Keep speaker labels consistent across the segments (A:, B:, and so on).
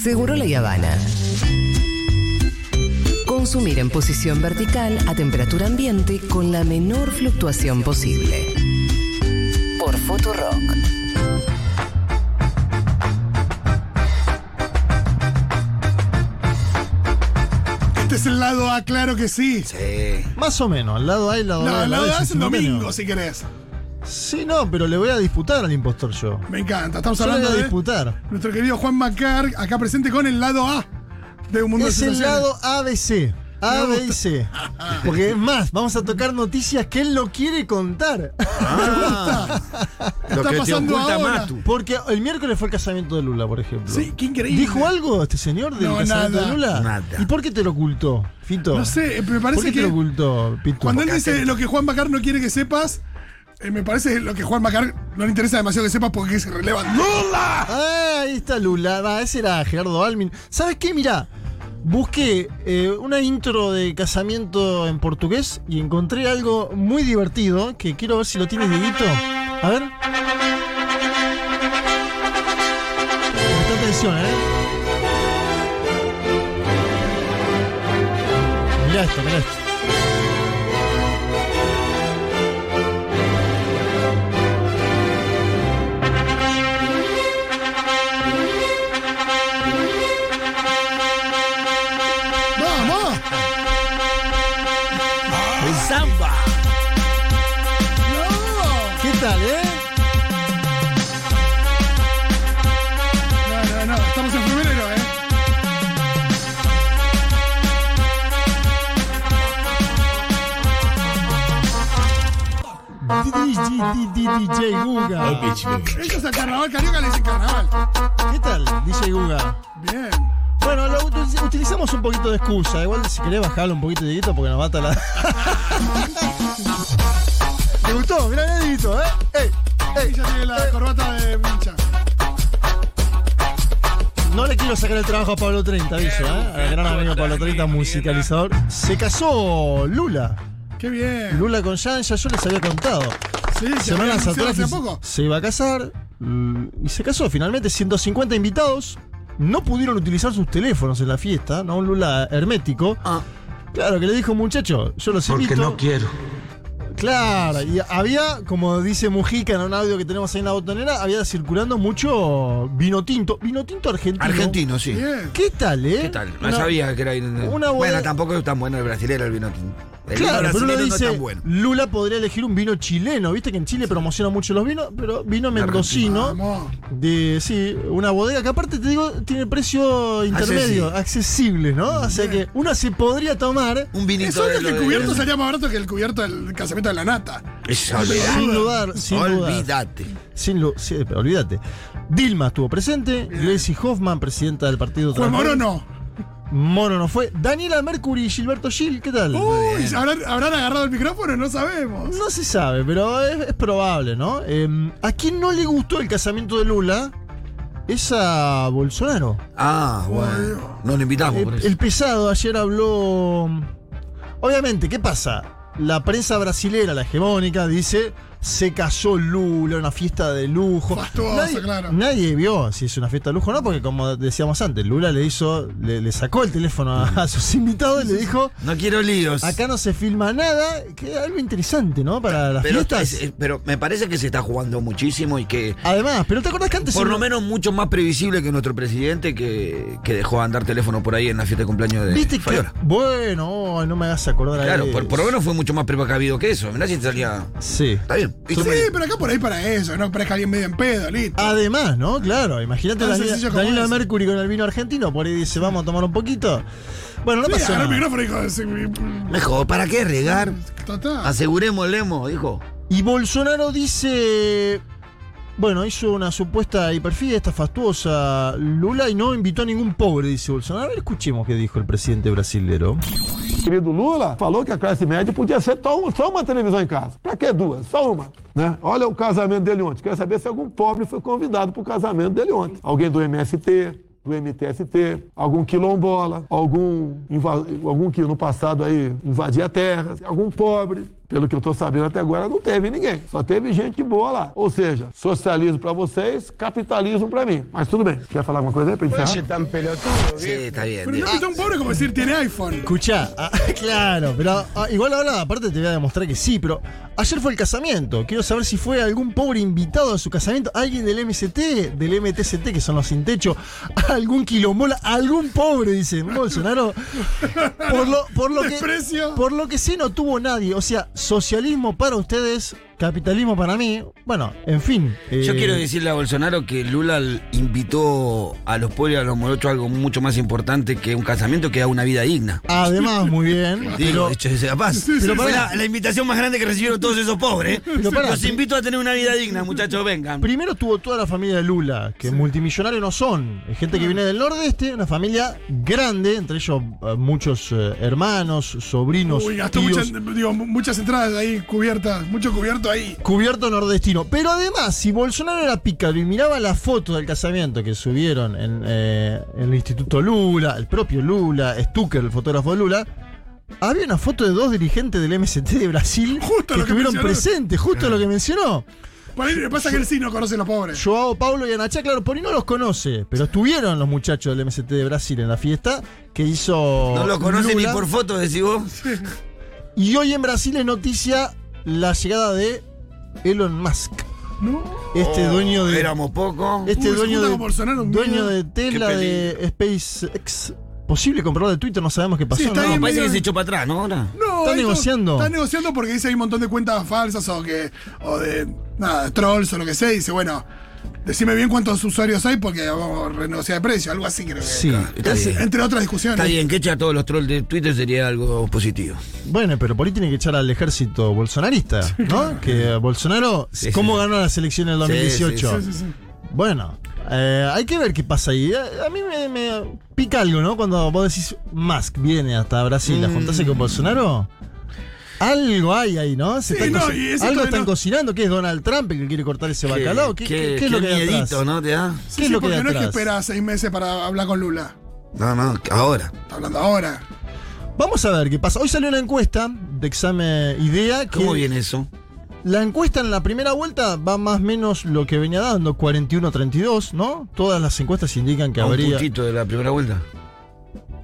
A: Seguro la Habana. Consumir en posición vertical a temperatura ambiente con la menor fluctuación posible. Por Futurock.
B: Este es el lado A, claro que sí.
C: Sí.
D: Más o menos, al lado A y al lado B.
B: No, el lado A es el
D: simultáneo.
B: domingo, si querés.
D: Sí, no, pero le voy a disputar al impostor yo.
B: Me encanta. Estamos
D: Yo le voy
B: hablando
D: a
B: de
D: disputar.
B: nuestro querido Juan Macar, acá presente con el lado A de un mundo
D: es
B: de
D: el
B: sensaciones.
D: lado ABC. A, B y C. Porque es más, vamos a tocar noticias que él no quiere contar.
C: Lo
B: Está
C: que te
B: pasando
C: oculta
B: ahora.
C: Matu.
D: Porque el miércoles fue el casamiento de Lula, por ejemplo.
B: Sí, qué increíble.
D: ¿Dijo algo este señor del
B: No,
D: casamiento
B: nada.
D: de Lula?
C: Nada.
D: ¿Y por qué te lo ocultó, Fito?
B: No sé, eh, me
D: ¿Por
B: parece
D: qué te lo
B: que
D: ocultó, Pitu?
B: cuando él
C: Porque
B: dice
C: hace-
B: lo que Juan Macar no quiere que sepas, eh, me parece lo que Juan Macar no le interesa demasiado que sepas porque es irrelevante.
D: Ah, ahí está Lula. Va, ese era Gerardo Almin. ¿Sabes qué? Mirá, busqué eh, una intro de casamiento en portugués y encontré algo muy divertido que quiero ver si lo tienes, Dieguito. A ver. Presta atención, ¿eh? Mirá esto, mirá esto.
B: ¡Vamos!
C: El samba.
B: ¡No!
D: ¿Qué tal, eh?
B: No, no, no, estamos en febrero, ¿eh?
D: DJ Guga.
B: Ellos a carnaval carioca le dicen carnaval.
D: ¿Qué tal, DJ Guga?
B: Bien.
D: Bueno, lo util- utilizamos un poquito de excusa. Igual si querés bajarlo un poquito, Dieguito, porque nos mata la. ¿Te gustó? Mirá, Dieguito, ¿eh? Ey,
B: Ella
D: ey.
B: tiene la corbata de vincha.
D: No le quiero sacar el trabajo a Pablo 30, aviso, ¿eh? Al gran amigo Pablo 30, musicalizador. Se casó Lula.
B: ¡Qué bien!
D: Lula con Yanja, yo les había contado.
B: Sí, que
C: ¿Eh?
D: Semanas
B: anunciaron
D: atrás
B: hace
D: se-
B: poco.
D: se iba a casar mm, y se casó finalmente. 150 invitados no pudieron utilizar sus teléfonos en la fiesta, ¿no? Un Lula hermético. Claro, que le dijo, muchacho, yo los invito.
E: quiero.
D: Claro, y había, como dice Mujica en un audio que tenemos ahí en la botonera, había circulando mucho vino tinto. Vino tinto argentino.
C: Argentino, sí.
B: Bien.
D: ¿Qué tal, eh?
C: ¿Qué tal? No
D: Una-
C: sabía que era vino.
D: una bodega-
C: Bueno, tampoco es tan bueno el brasilero el vino tinto. El
D: Claro,
C: vino
D: pero uno
C: brasilero no es
D: dice,
C: tan bueno.
D: Lula podría elegir un vino chileno. Viste que en Chile promociona mucho los vinos, pero vino mendocino.
B: Vamos.
D: De, sí, una bodega que aparte te digo, tiene precio intermedio, accesible, ¿no? O sea que uno se podría tomar,
C: Un vinito
B: Es obvio
C: de
B: que
C: lo
B: el
C: de-
B: cubierto salía más barato que el cubierto del casamiento de la nata.
C: Es
D: sin
C: olvidate.
D: dudar, sin dudar.
C: Olvídate.
D: Sin lu- sí, pero olvídate. Dilma estuvo presente, Gracie Hoffman, presidenta del partido
B: Juan Moro
D: Transform-
B: no.
D: Moro no fue. Daniela Mercury y Gilberto Gil, ¿qué tal?
B: Uy, ¿habrán, habrán agarrado el micrófono? No sabemos.
D: No se sabe, pero es, es probable, ¿no? Eh, ¿A quién no le gustó el casamiento de Lula? Es a Bolsonaro.
C: Ah, bueno. No lo invitamos por
D: El,
C: eso.
D: el pesado ayer habló. Obviamente, ¿qué pasa? La prensa brasilera, la hegemónica, dice: se casó Lula, una fiesta de lujo.
B: Fastuosa, claro.
D: nadie vio si es una fiesta de lujo o no, porque como decíamos antes, Lula le hizo, le, le sacó el teléfono a, a sus invitados y le dijo:
C: No quiero líos.
D: acá no se filma nada, que es algo interesante, ¿no? Para las
C: pero,
D: fiestas. Este
C: es- es- pero me parece que se está jugando muchísimo y que
D: Además, pero ¿te acordás que antes.
C: por
D: en-
C: lo menos mucho más previsible que nuestro presidente que, que dejó andar teléfono por ahí en la fiesta de cumpleaños de
D: ¿Viste que.?
C: Fabiola.
D: Bueno, ay, no me hagas acordar a
C: Claro,
D: eso.
C: por, por lo menos fue mucho más precavido que eso. Mirá si salía.
D: Sí.
C: Está bien.
B: Sí, pero acá por ahí para eso, no parezca alguien medio en pedo, listo.
D: Además, ¿no? Claro, imagínate
B: Tan
D: Dani-
B: Ah, sencillo como
D: Daniela
B: eso.
D: Mercury con el vino argentino, por ahí dice, vamos a tomar un poquito. Bueno, no
B: Sí,
D: pasó
B: agarró el
D: nada.
B: micrófono y dijo, sí, mm,
C: Mejor, ¿para qué regar?
B: total.
C: Ah, Aseguremos, Lemo, dijo.
D: Y Bolsonaro dice, bueno, hizo una supuesta hiperfiesta fastuosa Lula y no invitó a ningún pobre, dice Bolsonaro. A ver, escuchemos qué dijo el presidente brasilero.
F: querido Lula falou que a classe média podia ser só, um- só uma televisão em casa. Pra que duas? Só uma. Né? Olha o casamento dele ontem. Quero saber se algum pobre foi convidado pro casamento dele ontem. Alguém do MST. Do MTST, algum quilombola, algum, inva- algum que no passado aí invadia terras, algum pobre, Pelo que eu estou sabendo até agora, não teve ninguém. Só teve gente boa lá. Ou seja, socialismo para vocês, capitalismo para mim. Mas tudo bem. Quer falar alguma coisa aí para encerrar?
C: Sí, está bien. Ah,
B: Pero no es tan pobre como decir tiene iPhone.
D: Escuchá, ah, claro, pero ah, igual ahora aparte te voy a demostrar que sí, pero ayer fue el casamiento. Quiero saber si fue algún pobre invitado a su casamiento, alguien del MST, del MTCT, que son los sin techo, algún quilombola, algún pobre, dice Bolsonaro. Por lo, por lo, que,
B: Desprecio.
D: por lo que sí no tuvo nadie. O sea, socialismo para ustedes, capitalismo para mí. Bueno, en fin.
C: Yo
D: eh,
C: quiero decirle a Bolsonaro que Lula l- invitó a los pueblos y a los morochos algo mucho más importante que un casamiento, que a una vida digna.
D: Además, muy bien.
C: Digo,
D: pero-
C: dicho sea de paz.
D: pero
C: Fue
D: pará.
C: la, la invitación más grande que recibieron todos esos pobres.
D: Pero pará,
C: Los
D: sí.
C: invito a tener una vida digna, muchachos, vengan.
D: Primero tuvo toda la familia de Lula, que multimillonarios no son. Es gente que viene del nordeste, una familia grande, entre ellos eh, muchos eh, hermanos, sobrinos,
B: Uy, gastó
D: tíos.
B: muchas, digo, muchas entradas ahí cubiertas, mucho cubierto ahí.
D: Cubierto nordestino. Pero además, si Bolsonaro era pícaro y miraba la foto del casamiento que subieron en, eh, en el Instituto Lula, el propio Lula, Stucker, el fotógrafo de Lula, había una foto de dos dirigentes del MST de Brasil
B: Justo
D: que
B: lo que
D: estuvieron
B: mencionó.
D: presentes, justo lo que mencionó.
B: Por ahí lo que pasa es que él sí no conoce a los pobres.
D: Joao Paulo y Anachá, claro, por ahí no los conoce, pero estuvieron los muchachos del MST de Brasil en la fiesta que hizo.
C: No lo conocen ni
D: Lula.
C: por foto, decís vos.
D: Y hoy en Brasil es noticia la llegada de Elon Musk.
B: No.
D: Este
C: Oh,
D: dueño de.
C: Éramos pocos.
D: Este
B: Uy, se
D: dueño
B: junta
D: de.
B: con Bolsonaro un
D: dueño
B: día.
D: de Tesla,
C: Qué
D: de SpaceX. Posible comprador de Twitter, no sabemos qué pasó.
B: Sí, está
D: ¿no?
B: ahí.
C: No, parece
B: mira.
C: que se echó para atrás, ¿no? Ahora.
B: No,
D: Está
B: ahí
D: negociando.
B: Está negociando porque dice hay un montón de cuentas falsas o que. o de. nada, trolls o lo que sea. Y dice, bueno, decime bien cuántos usuarios hay porque vamos a renegociar de precio, algo así creo que.
D: Sí.
C: Está
B: Es-
C: bien.
B: entre otras discusiones.
C: Está bien, que eche a todos los trolls de Twitter sería algo positivo.
D: Bueno, pero por ahí tiene que echar al ejército bolsonarista, ¿no? Que Bolsonaro,
C: Sí,
D: ¿cómo
C: sí.
D: ganó las elecciones del
C: Sí,
D: 2018?
B: Sí, sí, sí.
D: Bueno, eh, hay que ver qué pasa ahí. A, a mí me, me pica algo, ¿no? Cuando vos decís Musk viene hasta Brasil a juntarse
B: Mm.
D: con Bolsonaro. Algo hay ahí, ¿no? Se
B: Sí,
D: están
B: no,
D: co-
B: y ese
D: algo
B: todavía
D: están
B: no.
D: cocinando. ¿Qué es Donald Trump el que quiere cortar ese bacalao? ¿Qué, qué- qué es lo que hay atrás?
C: miedito, ¿no? ¿Te da?
B: Sí,
D: ¿Qué es
B: sí,
D: lo que
B: porque
D: hay
B: no es que
D: atrás?
B: espera seis meses para hablar con Lula.
C: No, no, ahora.
B: Está hablando ahora.
D: Vamos a ver qué pasa. Hoy salió una encuesta de examen IDEA. Que
C: ¿Cómo viene eso?
D: La encuesta en la primera vuelta va más o menos lo que venía dando, 41-32, ¿no? Todas las encuestas indican que
C: A un
D: habría...
C: puntito de la primera vuelta.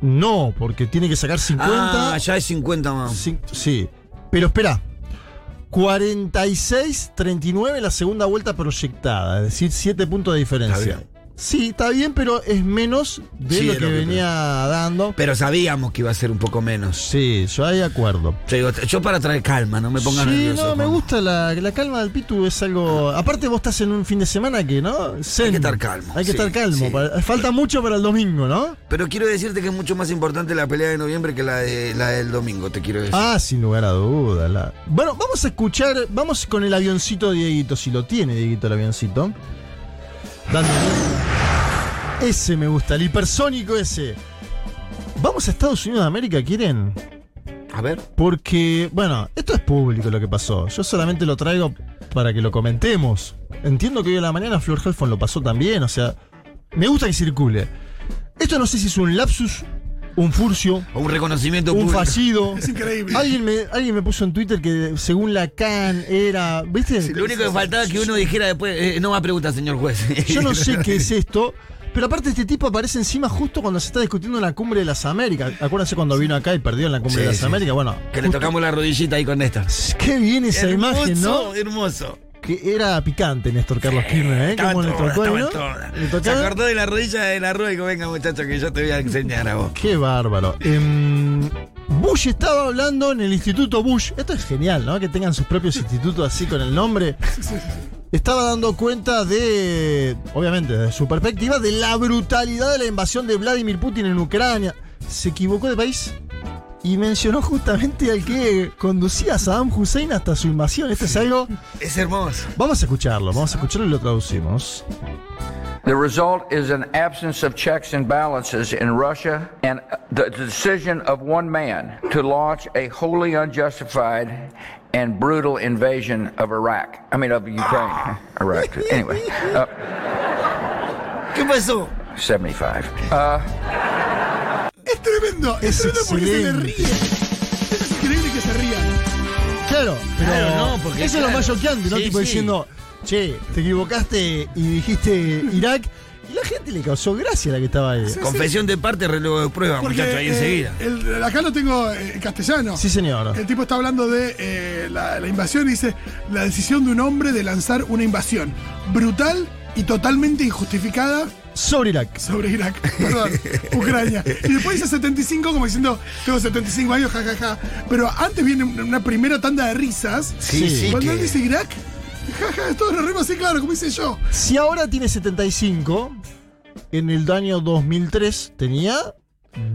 D: No, porque tiene que sacar 50.
C: Ah, ya es 50 más.
D: Cin- sí. Pero espera. 46-39 la segunda vuelta proyectada, es decir, 7 puntos de diferencia.
C: Está bien.
D: Sí, está bien, pero es menos de
C: Sí,
D: lo
C: es
D: que
C: lo que-
D: venía dando.
C: Pero sabíamos que iba a ser un poco menos.
D: Sí, yo ahí acuerdo.
C: Yo, digo, yo para traer calma, no me pongan
D: sí,
C: nervioso.
D: no, me
C: Juan.
D: gusta la, la calma del Pitu, es algo... Aparte vos estás en un fin de semana que, ¿no? Zen.
C: Hay que estar calmo,
D: Hay que
C: sí,
D: estar calmo.
C: sí.
D: para- Falta mucho para el domingo, ¿no?
C: Pero quiero decirte que es mucho más importante la pelea de noviembre que la, de, la del domingo, te quiero decir.
D: Ah, sin lugar a dudas. la- Bueno, vamos a escuchar, vamos con el avioncito de Dieguito, si lo tiene Dieguito el avioncito. Dando- Ese me gusta, el hipersónico ese. Vamos a Estados Unidos de América, ¿quieren?
C: A ver.
D: Porque, bueno, esto es público lo que pasó. Yo solamente lo traigo para que lo comentemos. Entiendo que hoy a la mañana Flor Helfon lo pasó también, o sea, me gusta que circule. Esto no sé si es un lapsus, un furcio,
C: O Un reconocimiento
D: un
C: público.
D: fallido.
B: Es increíble.
D: Alguien me, alguien me puso en Twitter que según Lacan era. ¿Viste?
C: Sí, Lo único que faltaba es que uno dijera después, eh, no más preguntas, señor juez.
D: Yo no sé qué es esto. Pero aparte este tipo aparece encima justo cuando se está discutiendo la cumbre de las Américas. Acuérdense cuando vino acá y perdió en la cumbre
C: Sí,
D: de las
C: sí.
D: Américas. Bueno,
C: Que le
D: justo-
C: tocamos la rodillita ahí con esta.
D: qué bien esa
C: hermoso,
D: imagen, ¿no?
C: hermoso.
D: Que era picante Néstor Carlos Kirchner, ¿eh?
C: Estaba
D: Como le
C: toda,
D: tocó,
C: estaba
D: ¿no?
C: toda.
D: Le
C: Se
D: tocaba-
C: acordó de la rodilla de la rueca. Venga, muchacho, que yo te voy a enseñar a vos.
D: Qué bárbaro. Em, Bush estaba hablando en el Instituto Bush. Esto es genial, ¿no? Que tengan sus propios institutos así con el nombre. Estaba dando cuenta de, obviamente, de su perspectiva, de la brutalidad de la invasión de Vladimir Putin en Ucrania. Se equivocó de país y mencionó justamente al que conducía a Saddam Hussein hasta su invasión. Esto es algo.
C: Es hermoso.
D: Vamos a escucharlo, vamos a escucharlo y lo traducimos.
E: The result is an absence of checks and balances in Russia and the decision of one man to launch a wholly unjustified and brutal invasion of Iraq. I mean, of Ukraine. Iraq. Anyway, uh,
C: ¿Qué pasó?
E: 75. Uh,
B: Es tremendo.
D: Es
B: Es, tremendo porque se le
D: excelente.
B: ríe. Es increíble que se rían.
D: Claro, pero
C: Claro, no,
D: Eso é
C: porque, claro.
D: es lo más choqueante, ¿no?
C: Sí,
D: tipo
C: sí.
D: diciendo, che, te equivocaste y dijiste Irak. Y la gente le causó gracia a la que estaba ahí. Sí,
C: Confesión de parte, reloj de prueba,
B: Porque,
C: muchachos, ahí
B: eh,
C: enseguida.
B: el- acá lo tengo eh, en castellano.
D: señor.
B: El tipo está hablando de eh, la, la invasión y dice la decisión de un hombre de lanzar una invasión brutal y totalmente injustificada
D: Sobre Irak.
B: sobre Irak, perdón, Ucrania. Y después dice 75 como diciendo, tengo 75 años, jajaja. Pero antes viene una primera tanda de risas.
D: Sí, sí,
B: Cuando él
C: que-
B: dice Irak, jaja, todos nos reímos así, claro, como hice yo.
D: Si ahora tiene 75, en el año 2003 tenía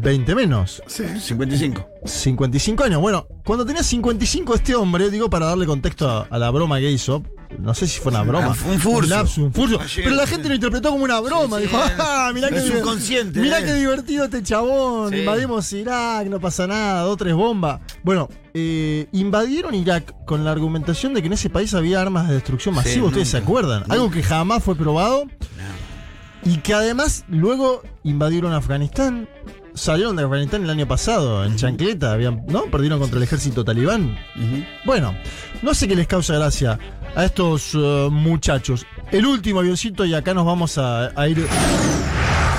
D: 20 menos.
B: Sí.
C: 55.
D: 55 años. Bueno, cuando tenía 55 este hombre, digo para darle contexto a, a la broma que hizo, no sé si fue una broma.
C: un furcio.
D: Un lapsus, un furcio.
C: Ayer,
D: pero la
C: sí.
D: gente lo interpretó como una broma.
C: Sí, sí,
D: dijo, ah, mirá
C: es
D: que diver-
C: subconsciente,
D: Mirá
C: eh".
D: qué divertido este chabón.
C: Sí.
D: Invadimos Irak, no pasa nada, dos, tres bombas. Bueno, eh, invadieron Irak con la argumentación de que en ese país había armas de destrucción masiva. ¿Ustedes se
C: nunca,
D: acuerdan?
C: nunca.
D: Algo que jamás fue probado. Y que además luego invadieron Afganistán. Salieron de Afganistán el año pasado, en chancleta, habían, ¿no? Perdieron contra el ejército talibán. Bueno, no sé qué les causa gracia a estos eh, muchachos. El último avioncito y acá nos vamos a, a ir.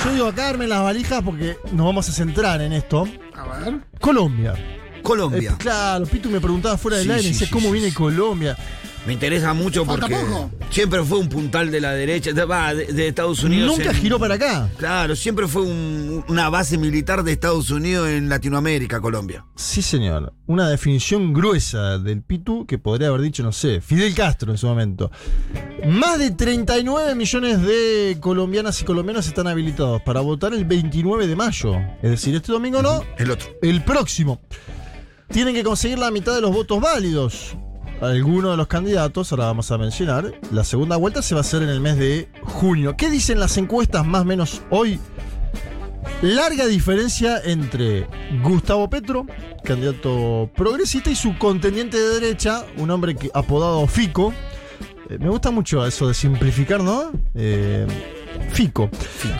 D: Yo digo, acá armen las valijas porque nos vamos a centrar en esto.
B: A ver.
D: Colombia.
C: Colombia.
D: Eh, claro, Pitu me preguntaba fuera del
C: Sí,
D: aire,
C: sí,
D: decía,
C: sí,
D: ¿cómo
C: sí,
D: viene
C: sí.
D: Colombia?
C: Me interesa mucho
B: Falta
C: porque
B: poco.
C: siempre fue un puntal de la derecha, de, va, de- de Estados Unidos.
D: Nunca
C: en-
D: giró para acá.
C: Claro, siempre fue un- una base militar de Estados Unidos en Latinoamérica, Colombia.
D: Sí, señor. Una definición gruesa del Pitu que podría haber dicho, no sé, Fidel Castro en su momento. Más de 39 millones de colombianas y colombianos están habilitados para votar el 29 de mayo. Es decir, este domingo no,
C: El otro.
D: el próximo. Tienen que conseguir la mitad de los votos válidos. Alguno de los candidatos, ahora vamos a mencionar, la segunda vuelta se va a hacer en el mes de junio. ¿Qué dicen las encuestas más o menos hoy? Larga diferencia entre Gustavo Petro, candidato progresista, y su contendiente de derecha, un hombre que, apodado Fico. Eh, me gusta mucho eso de simplificar, ¿no? Eh, Fico.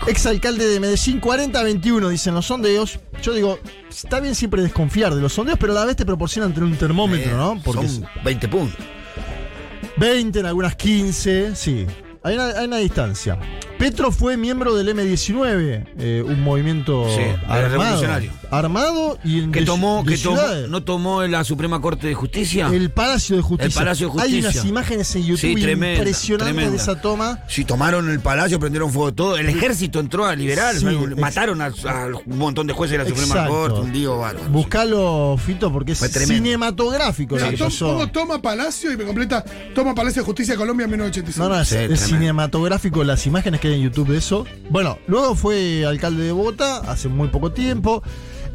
D: Exalcalde de Medellín, 40-21, dicen los sondeos. Yo digo, está bien siempre desconfiar de los sondeos, pero a la vez te proporcionan tener un termómetro, ¿no? Porque
C: Eh, Son 20 puntos.
D: 20, en algunas 15, sí. Hay una, hay una distancia. Petro fue miembro del M19, eh, un movimiento
C: Sí, era
D: armado,
C: revolucionario.
D: armado y en
C: Que
D: de-
C: tomó,
D: de
C: que tomó,
D: ciudades.
C: ¿No tomó la Suprema Corte de Justicia?
D: el Palacio de Justicia.
C: El Palacio de Justicia.
D: Hay unas imágenes en YouTube
C: Sí, tremenda,
D: impresionantes de
C: tremenda.
D: esa toma.
C: Sí, tomaron el palacio, prendieron fuego todo. El ejército entró a liberar.
D: Sí,
C: ¿no?
D: ex-
C: mataron a, a un montón de jueces de la Suprema
D: Exacto.
C: Corte. Un lío bárbaro.
D: Buscalo, Fito, porque es
C: Fue tremendo.
D: cinematográfico lo
B: Mira,
D: que
B: tom-
D: pasó.
B: pongo toma Palacio y me completa Toma Palacio de Justicia Colombia
D: No,
B: 1985.
D: no, es,
C: Sí,
D: es
C: tremendo.
D: cinematográfico las imágenes que hay en YouTube de eso. Bueno, luego fue alcalde de Bogotá hace muy poco tiempo.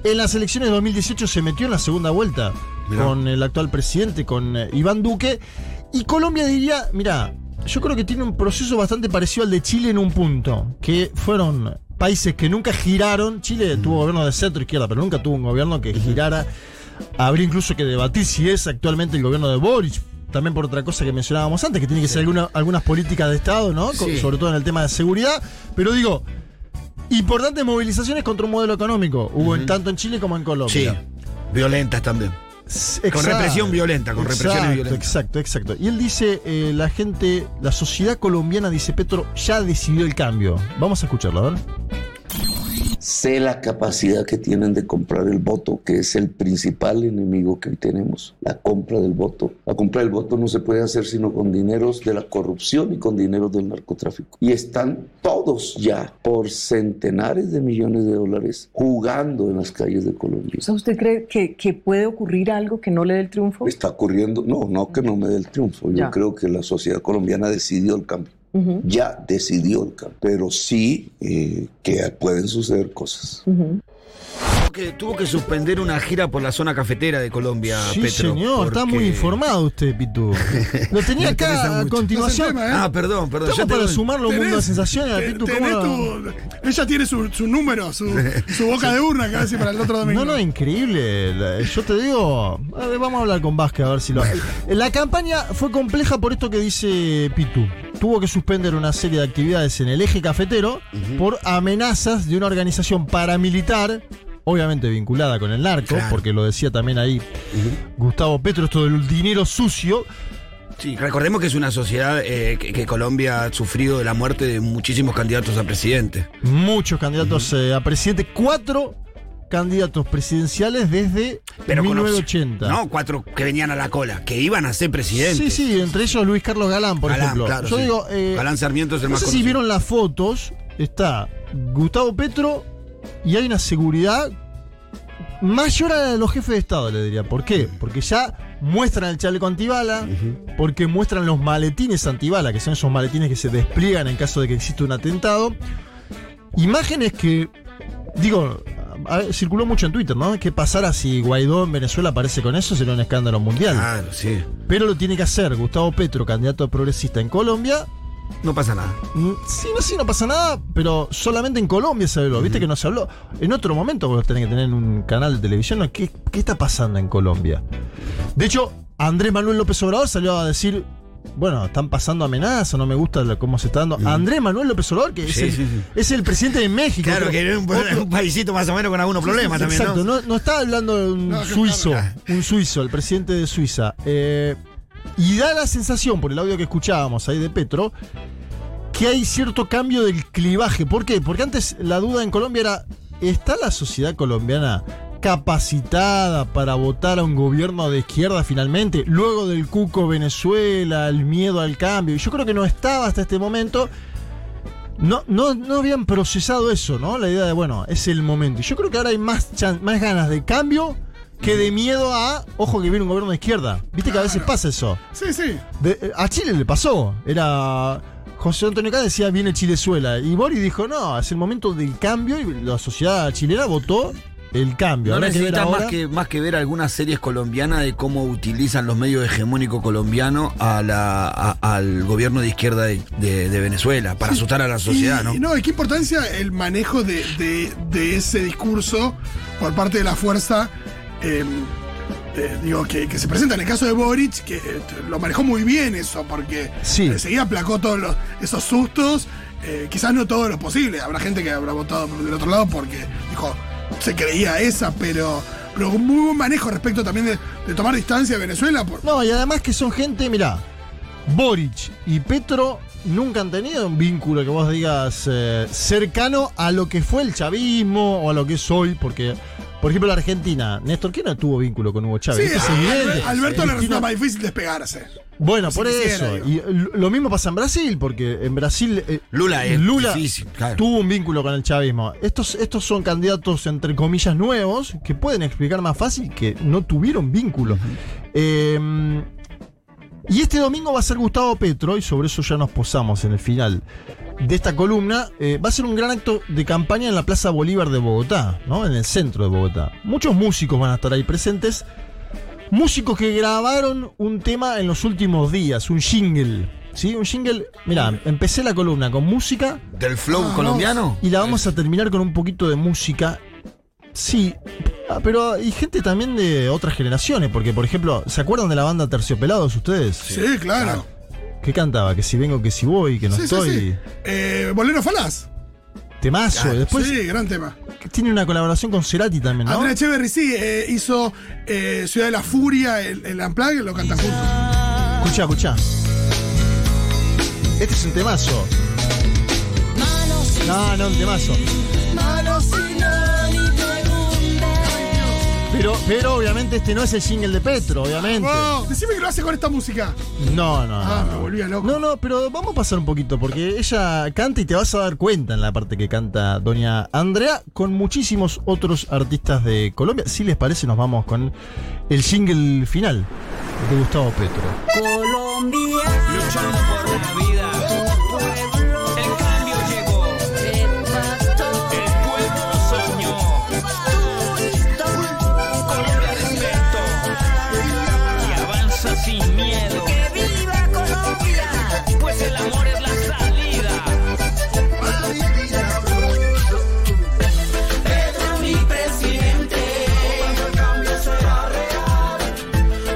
D: En las elecciones de 2018 se metió en la segunda vuelta
C: Mirá.
D: con el actual presidente, con eh, Iván Duque. Y Colombia diría, mira, yo creo que tiene un proceso bastante parecido al de Chile en un punto, que fueron países que nunca giraron. Chile tuvo gobierno de centro izquierda, pero nunca tuvo un gobierno que girara. Habría incluso que debatir si es actualmente el gobierno de Boric. También por otra cosa que mencionábamos antes, que tiene que ser alguna- algunas políticas de Estado, ¿no? Co-
C: Sí.
D: Sobre todo en el tema de seguridad. Pero digo, importantes movilizaciones contra un modelo económico. Hubo en- tanto en Chile como en
C: Sí.
D: Colombia.
C: Violentas también.
D: Sí.
C: Con represión violenta, con represiones violentas.
D: Exacto, exacto. Y él dice, eh, la gente, la sociedad colombiana, dice Petro, ya decidió el cambio. Vamos a escucharlo, a ver.
G: sé la capacidad que tienen de comprar el voto, que es el principal enemigo que hoy tenemos, la compra del voto. La compra del voto no se puede hacer sino con dineros de la corrupción y con dineros del narcotráfico. Y están todos ya por centenares de millones de dólares jugando en las calles de Colombia.
H: O sea, ¿usted cree que, que puede ocurrir algo que no le dé el triunfo?
G: Está ocurriendo, no, no que no me dé el triunfo. Yo
H: Ya.
G: creo que la sociedad colombiana decidió el cambio.
H: Ujú,
G: Ya decidió el cambio. Pero sí eh, que pueden suceder cosas.
H: ujú.
C: Tuvo que, tuvo que suspender una gira por la zona cafetera de Colombia,
D: Sí,
C: Petro.
D: señor, está
C: porque-
D: muy informado usted, Pitu. Lo tenía
C: Me interesa
D: acá a
C: mucho.
D: continuación.
B: No se tema, ¿eh?
C: Ah, perdón, perdón.
D: Estamos para
C: tengo-
D: sumarlo un mundo de
B: Tenés-
D: sensaciones a
B: te-
D: Pitu. ¿cómo
B: tenés
D: no?
B: tu- ella tiene su, su número, su, su boca de urna, casi para el otro domingo.
D: No, no, increíble. La- Yo te digo, a ver, vamos a hablar con Vázquez a ver si lo. La campaña fue compleja por esto que dice Pitu. Tuvo que suspender una serie de actividades en el eje cafetero por amenazas de una organización paramilitar obviamente vinculada con el narco,
C: Claro.
D: porque lo decía también ahí Gustavo Petro, esto del dinero sucio.
C: Sí, recordemos que es una sociedad eh, que, que Colombia ha sufrido de la muerte de muchísimos candidatos a presidente.
D: Muchos candidatos eh, a presidente, cuatro candidatos presidenciales desde
C: Pero con op-
D: 1980.
C: no, cuatro que venían a la cola, que iban a ser presidentes.
D: Sí, sí, entre ellos Luis Carlos Galán, por
C: Galán,
D: ejemplo.
C: claro,
D: Yo
C: sí.
D: digo, eh,
C: Galán Sarmiento es el
D: no
C: más
D: sé si
C: conocido.
D: vieron las fotos, está Gustavo Petro y hay una seguridad mayor a la de los jefes de Estado, le diría. ¿Por qué? Porque ya muestran el chaleco antibala, porque muestran los maletines antibala, que son esos maletines que se despliegan en caso de que exista un atentado. Imágenes que, digo, a- a- circuló mucho en Twitter, ¿no? ¿Qué pasará si Guaidó en Venezuela aparece con eso? Sería un escándalo mundial.
C: Claro, sí.
D: Pero lo tiene que hacer Gustavo Petro, candidato progresista en Colombia.
C: No pasa nada.
D: Mm, Sí, no, sí, no pasa nada, pero solamente en Colombia se habló. Viste que no se habló. En otro momento vos tenés que tener en un canal de televisión. ¿no? ¿Qué, ¿Qué está pasando en Colombia? De hecho, Andrés Manuel López Obrador salió a decir. Bueno, están pasando amenazas, no me gusta lo- cómo se está dando. Andrés Manuel López Obrador, que es,
C: Sí,
D: el,
C: sí, sí.
D: es el presidente de México.
C: Claro,
D: otro-
C: que es un,
D: otro-
C: un paísito más o menos con algunos problemas también,
D: Exacto,
C: ¿no?
D: no, no está hablando de un
B: No, que
D: suizo,
B: está-
D: un suizo, el presidente de Suiza. Eh, y da la sensación, por el audio que escuchábamos ahí de Petro, que hay cierto cambio del clivaje. ¿Por qué? Porque antes la duda en Colombia era, ¿está la sociedad colombiana capacitada para votar a un gobierno de izquierda finalmente? Luego del cuco Venezuela, el miedo al cambio. Y yo creo que no estaba hasta este momento. No, no, no habían procesado eso, ¿no? La idea de, bueno, es el momento. Y Yo creo que ahora hay más, chan- más ganas de cambio que de miedo a, ojo que viene un gobierno de izquierda. Viste que a veces pasa eso.
B: Sí, sí.
D: De- eh, a Chile le pasó. Era. José Antonio Cá decía viene Chilezuela. Y Bori dijo, no, es el momento del cambio y la sociedad chilena votó el cambio.
C: No
D: Habrá que ver
C: necesitas más
D: ahora-
C: que, más que ver algunas series colombianas de cómo utilizan los medios hegemónicos colombianos a la, a- al gobierno de izquierda de, de- de Venezuela para asustar a la sociedad,
B: y,
C: ¿no?
B: y No, y qué importancia el manejo de, de- de ese discurso por parte de la fuerza. eh, eh, digo, que, que se presenta en el caso de Boric, que eh, lo manejó muy bien eso, porque
D: Sí.
B: enseguida aplacó todos los- esos sustos, eh, quizás no todos los posibles, habrá gente que habrá votado del otro lado porque dijo, se creía esa, pero, pero con muy buen manejo respecto también de, de tomar distancia de Venezuela, por-
D: No, y además que son gente, mirá, Boric y Petro nunca han tenido un vínculo que vos digas eh, cercano a lo que fue el chavismo o a lo que es hoy, porque, por ejemplo, la Argentina, Néstor, ¿quién no tuvo vínculo con Hugo
B: Sí,
D: Chávez? Esto es
B: a- a-
D: evidente.
B: Alberto le
D: Cristina-
B: resulta más difícil despegarse.
D: Bueno,
B: si
D: por
B: quisiera,
D: eso. Y l- lo mismo pasa en Brasil, porque en Brasil eh,
C: Lula es
D: Lula
C: difícil, claro.
D: tuvo un vínculo con el chavismo. Estos, estos son candidatos, entre comillas, nuevos, que pueden explicar más fácil que no tuvieron vínculo. Eh, y este domingo va a ser Gustavo Petro, y sobre eso ya nos posamos en el final de esta columna, eh, va a ser un gran acto de campaña en la Plaza Bolívar de Bogotá, ¿no? En el centro de Bogotá. Muchos músicos van a estar ahí presentes. Músicos que grabaron un tema en los últimos días, un jingle. ¿Sí? Un jingle. Mirá, empecé la columna con música
C: Del flow
B: Ah,
C: colombiano.
D: y la vamos a terminar con un poquito de música. Sí, ah, pero hay gente también de otras generaciones, porque por ejemplo, ¿se acuerdan de la banda Terciopelados ustedes?
B: Sí, claro.
D: ¿Qué cantaba? Que si vengo, que si voy, que no
B: Sí, sí,
D: estoy.
B: sí. Eh, Bolero Falaz. Ah,
D: Temazo. Y Después
B: sí, gran tema.
D: tiene una colaboración con Cerati también, ¿no?
B: Andrea Echeverry, sí, eh, hizo eh, Ciudad de la Furia, el, el Unplugged, lo cantan juntos.
D: Escucha, escucha. Este es un temazo. No, no, un temazo. Pero, pero obviamente este no es el single de Petro, obviamente.
B: Oh, decime que lo hace con esta música.
D: No, no, no.
B: Ah, me
D: no.
B: volvía loco.
D: No, no, pero vamos a pasar un poquito, porque ella canta y te vas a dar cuenta en la parte que canta Doña Andrea con muchísimos otros artistas de Colombia. Si les parece, nos vamos con el single final de Gustavo Petro.
I: Luchamos por una vida. El cambio llegó. El pueblo soñó. Colombia despierto. Y avanza sin miedo. ¡Que viva Colombia! Pues el amor es la salida. Pedro, mi presidente. Cuando el cambio será real.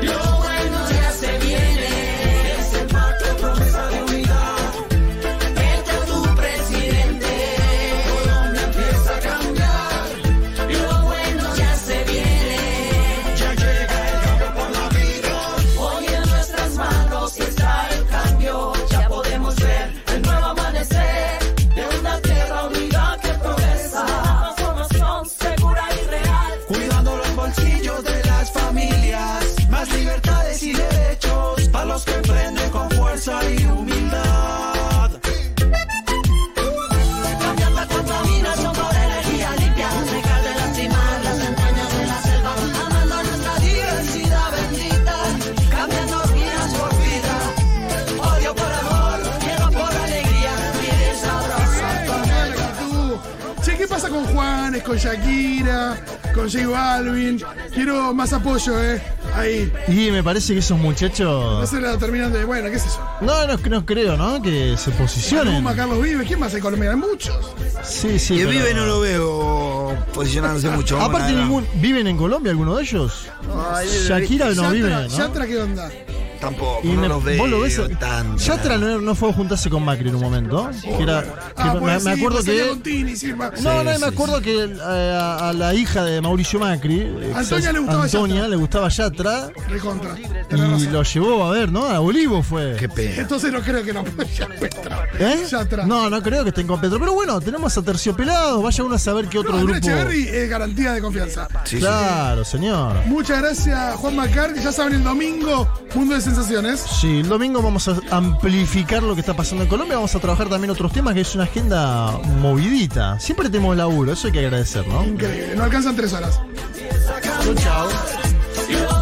I: Lo bueno ya se viene. Es el pacto promesa de unidad.
B: con Juanes, con Shakira, con J Balvin. Quiero más apoyo, ¿eh? Ahí.
D: Y me parece que esos muchachos.
B: Esa es la terminante. Bueno, ¿qué es eso?
D: No, no, no creo, ¿no? Que se posicionen.
B: Maluma, Carlos Vives, ¿quién más hay colombiano? Hay Muchos.
D: Sí, sí.
C: Que
D: pero-
C: vive no lo veo posicionándose mucho. vamos,
D: Aparte,
C: la verdad.
D: ningún, ¿viven en Colombia alguno de ellos?
C: Ay,
D: Shakira no vive,
B: Yatra,
D: ¿no?
B: Yatra, ¿qué onda?
C: Tampoco,
D: Y
C: no
D: me-
C: los veo
D: vos lo ves-
C: tanto.
D: Yatra no, no fue a juntarse con Macri en un momento. que era-
B: Ah,
D: que me,
B: pues
D: me
B: sí,
D: acuerdo
B: pues salía
D: que.
B: con Tini, sí, va.
D: No,
C: Sí,
D: no,
C: sí,
D: me acuerdo que eh, a, a la hija de Mauricio Macri, eh,
B: Antonia le gustaba
D: Antonia,
B: Yatra.
D: le gustaba Yatra,
B: Recontra. tenés
D: y
B: razón.
D: lo llevó a ver, ¿no? A Olivo fue.
C: Qué pena.
B: Entonces no creo que lo apoye Petra.
D: ¿Eh?
B: Yatra.
D: No, no creo que estén con Petro. Pero bueno, tenemos a Terciopelados, vaya uno a saber qué otro
B: No, Andrea
D: grupo.
B: Echeverri es garantía de confianza.
C: Sí, sí.
D: Claro, señor.
B: Muchas gracias, Juan Macar. Ya saben, el domingo, Mundo de Sensaciones.
D: Sí, el domingo vamos a amplificar lo que está pasando en Colombia, vamos a trabajar también otros temas, que es una agenda movidita. Siempre tenemos laburo, eso hay que agradecer, ¿no?
B: Increíble, no alcanzan tres horas.
D: Chao, chao.